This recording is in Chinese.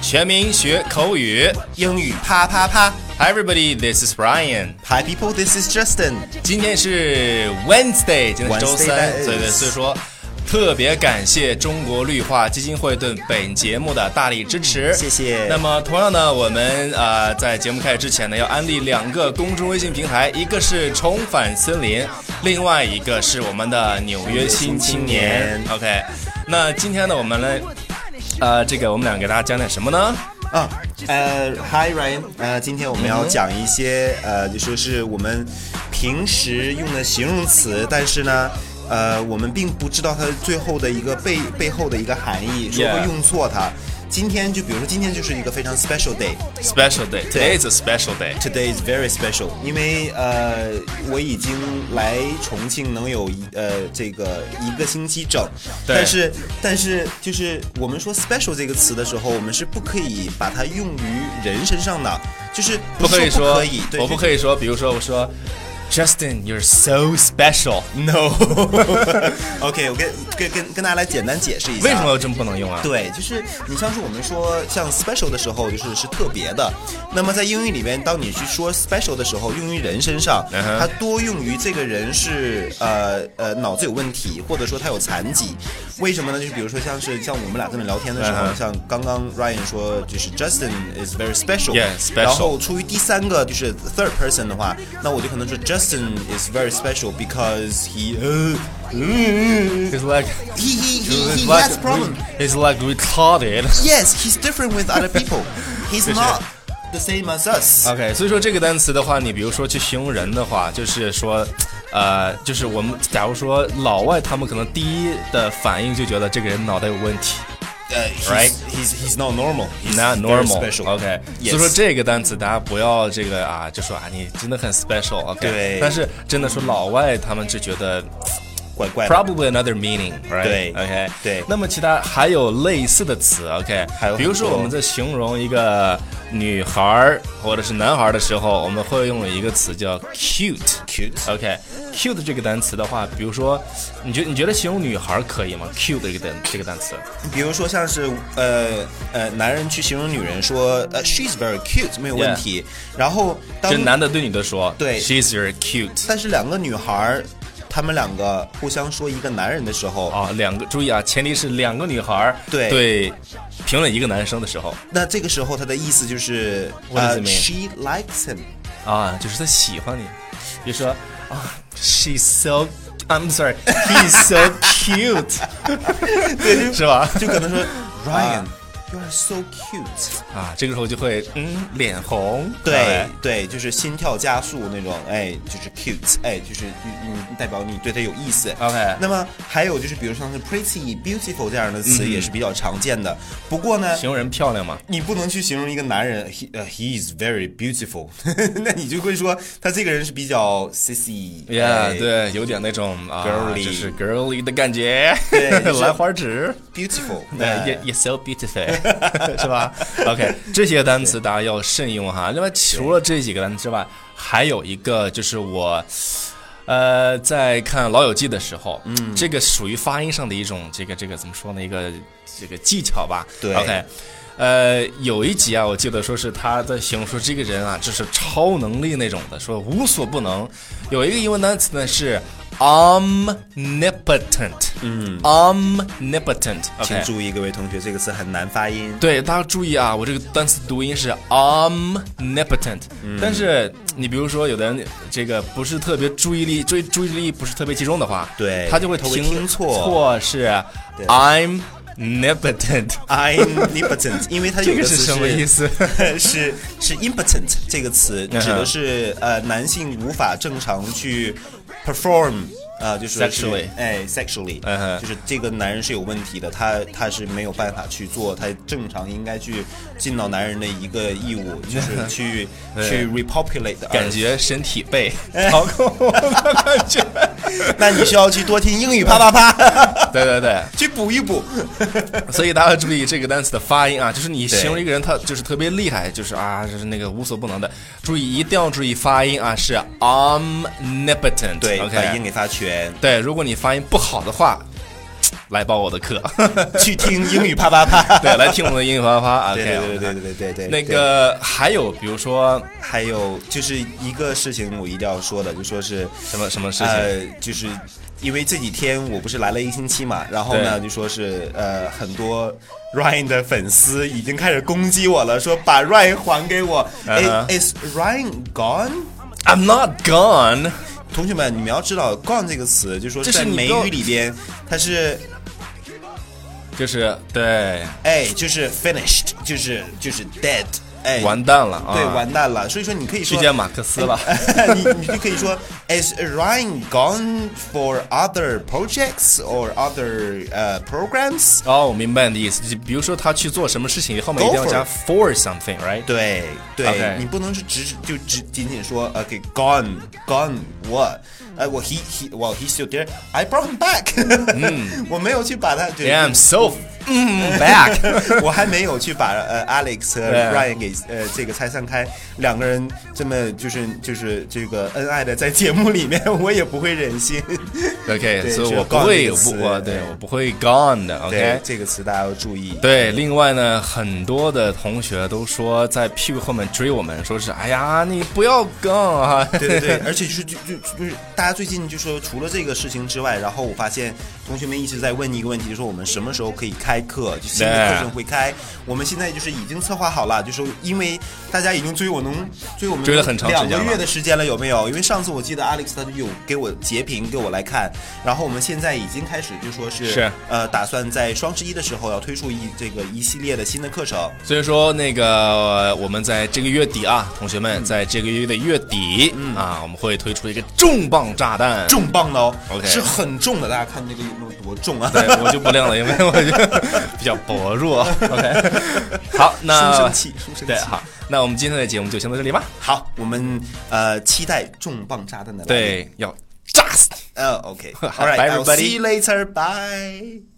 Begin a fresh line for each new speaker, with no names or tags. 全民学口语。
英语啪啪啪
Hi everybody, this is Brian。
！Hi people, this is Justin。
今天是 Wednesday，今天是周
Wednesday
三
that，is
所以呢，所以说特别感谢中国绿化基金会对本节目的大力支持，
嗯谢谢
那么同样呢，我们呃在节目开始之前呢，要安利两个公众微信平台，一个是重返森林，另外一个是我们的纽约新青年。
新青
OK，那今天呢，我们来呃这个我们俩给大家讲点什么呢？
啊，呃，Hi Ryan，呃，今天我们要讲一些、呃，就说是我们平时用的形容词，但是呢，呃，我们并不知道它最后的一个背背后的一个含义，说
Yeah
会用错它。今天就比如说，今天就是一个非常 special day。
Special day. Today is a special day.
Today is very special，因为呃，我已经来重庆能有一呃这个一个星期整，
对
但是但是就是我们说 special 这个词的时候，我们是不可以把它用于人身上的，就是
不可以
是
说，
不可以，对
我不可以说，比如说我说，Justin，you're so special。No，
以。OK，我跟跟跟跟大家来简单解释一下，
为什么这么不能用啊？
对，就是你像是我们说像 special 的时候，就是是特别的。那么在英语里面，当你去说 special 的时候，用于人身上，
嗯哼
它多用于这个人是呃呃脑子有问题，或者说他有残疾。为什么呢？就是比如说像是像我们俩在那聊天的时候
嗯哼
像刚刚 Ryan 说，就是 Justin is very special，,
Yeah, special
然后出于第三个就是 third person 的话，那我就可能说 Justin is very special because he 呃。嗯
It's like
He he he he
it's
has
like
problem.
it's like retarded。
Yes, he's different with other people. He's
是
not the same as us.
OK，所以说这个单词的话，你比如说去形容人的话，就是说，呃，就是我们假如说老外，他们可能第一的反应就觉得这个人脑袋有问题。
Uh, he's,
Right.
He's he's not normal. He's
Not
very
normal.
special.
OK，
Yes.
所以说这个单词大家不要这个啊，就说啊你真的很 special。OK，
对
但是真的说老外他们就觉得
怪怪的。
probably another meaning。
哎对
OK，
对
那么其他还有类似的词，OK，
还有很多
比如说我们在形容一个女孩儿或者是男孩儿的时候，我们会用一个词叫 cute。
Cute.
OK，cute、这个单词的话，比如说，你觉你觉得形容女孩儿可以吗？cute 这个单这个单词
比如说像是呃呃，男人去形容女人说呃 she's very cute 没有问题。然后
就是
当
男的对女的说，
嗯对
，she's very cute。
但是两个女孩儿，她们两个互相说一个男人的时候，
啊，两个注意啊，前提是两个女孩儿
对
对评论一个男生的时候
那这个时候她的意思就是呃
What does it mean?
she likes him。
啊，就是他喜欢你，比如说啊，she's so。I'm sorry, he's so cute，对，是吧？
就可 能说 Ryan。You are so cute。
啊，这个时候就会嗯，脸红，啊哎
对对，就是心跳加速那种，哎，就是 cute，哎，就是嗯，代表你对他有意思。
OK
那么还有就是，比如像是 pretty、beautiful 这样的词
嗯
也是比较常见的。不过呢
哎，形容人漂亮嘛，
你不能去形容一个男人，he 呃、he is very beautiful，那 你就会说他这个人是比较 sissy，
呀，
哎
对，有点那种啊
Girly
就是 girly 的感觉，
对就 是
兰花指，
，beautiful， 哎
对，也也 so beautiful，是 吧？OK，这些单词大家要慎用哈。另外，除了这几个单词之外，还有一个就是我，呃，在看《老友记》的时候，嗯，这个属于发音上的一种这个这个怎么说呢？一个这个技巧吧。
对
，OK。呃，有一集啊，我记得说是他在形容说这个人啊，就是超能力那种的，说无所不能。有一个英文单词呢是 omnipotent，嗯，omnipotent，
请
OK，
注意各位同学，这个词很难发音。
对，大家注意啊，我这个单词读音是 omnipotent，、但
嗯
是你比如说有的人这个不是特别注意力，注意注意力不是特别集中的话，
对
他就会
他会
听
听错
错是 I'm omnipotent，
I'm impotent，因为它有
这
个
个
词
是什么意思？ 嗯
是是 impotent 这个词指的是呃男性无法正常去 perform 呃就是
Sexually
是哎 sexually
嗯哼
就是这个男人是有问题的，他他是没有办法去做他正常应该去尽到男人的一个义务， 就是去去 repopulate 啊 the earth
感。觉身体 被操控的感觉。
那你需要去多听英语啪啪啪，
对对对，
去补一补。
所以大家要注意这个单词的发音啊，就是你
对
形容一个人他就是特别厉害，就是啊，就是那个无所不能的，注意一定要注意发音啊，是 omnipotent，
对，把音
，OK，
给发全。
对，如果你发音不好的话，来报我的课，
去听英语啪啪啪。
对，来听我们的英语啪啪啪。
对
OK，
对对对对对对对。
那个还有比如说
还有就是一个事情，我一定要说的，就说是
什么什么事情？
呃，就是因为这几天我不是来了一星期嘛，然后呢，
对
就说是呃，很多 Ryan 的粉丝已经开始攻击我了，说把 Ryan 还给我。哎、
嗯哼
Is Ryan gone？
I'm not gone。
同学们，你们要知道 “gone” 这个词，就说
这是
在
你
美
跟我
语里边，它是
就是对，
哎，就是 finished，就是就是 dead，哎，
完蛋了啊！
对，完蛋了。所哎以说你可以
去
说
见马克思了。
你你就可以说，Is Ryan gone for other projects or other 呃 programs？
哦，我明白你的意思，就比如说他去做什么事情，后面一定要
Go for
加 for something，right？
对对
OK
你不能是只就只仅仅说 OK gone gone what？哎，我 he he well he's still there. I brought him back. 我没有去把他对
嗯 Damn, so 嗯 back 。
我还没有去把呃 Alex 和
对啊
Ryan 给呃这个拆散开，两个人这么就是就是这个恩爱的在节目里面，我也不会忍心。
OK，
对
所以
就
我不
gone
会，
这
我不
个词
我对
对
我不会 gone 的。
哎对
OK，
这个词大家要注意。
对，另外呢，很多的同学都说在屁股后面追我们，说是哎呀，你不要 gone 啊。
对对对，而且就是就就就是大家最近就说除了这个事情之外，然后我发现同学们一直在问一个问题，就说我们什么时候可以开课，就新的
对
课程会开。我们现在就是已经策划好了，就说因为大家已经追我能追我们
追了很长时间了
两个月的时间了，有没有？因为上次我记得 Alex 他就有给我截屏给我来看，然后我们现在已经开始就说是
是
呃打算在双十一的时候要推出一这个一系列的新的课程。
所以说，那个呃我们在这个月底啊，同学们，在这个月的月底啊，我们会推出一个重磅炸弹。
嗯重磅的哦
OK
是很重的，大家看这个有没有多重啊？
对，哎我就不亮了，因为我就比较薄弱。OK，好，那
书生气书生气
对，好，那我们今天的节目就先到这里吧。
好，我们呃期待重磅炸弹的来临。
对，要炸死你。
呃，OK，All
Bye,
right，I'll
everybody.
see you later，bye。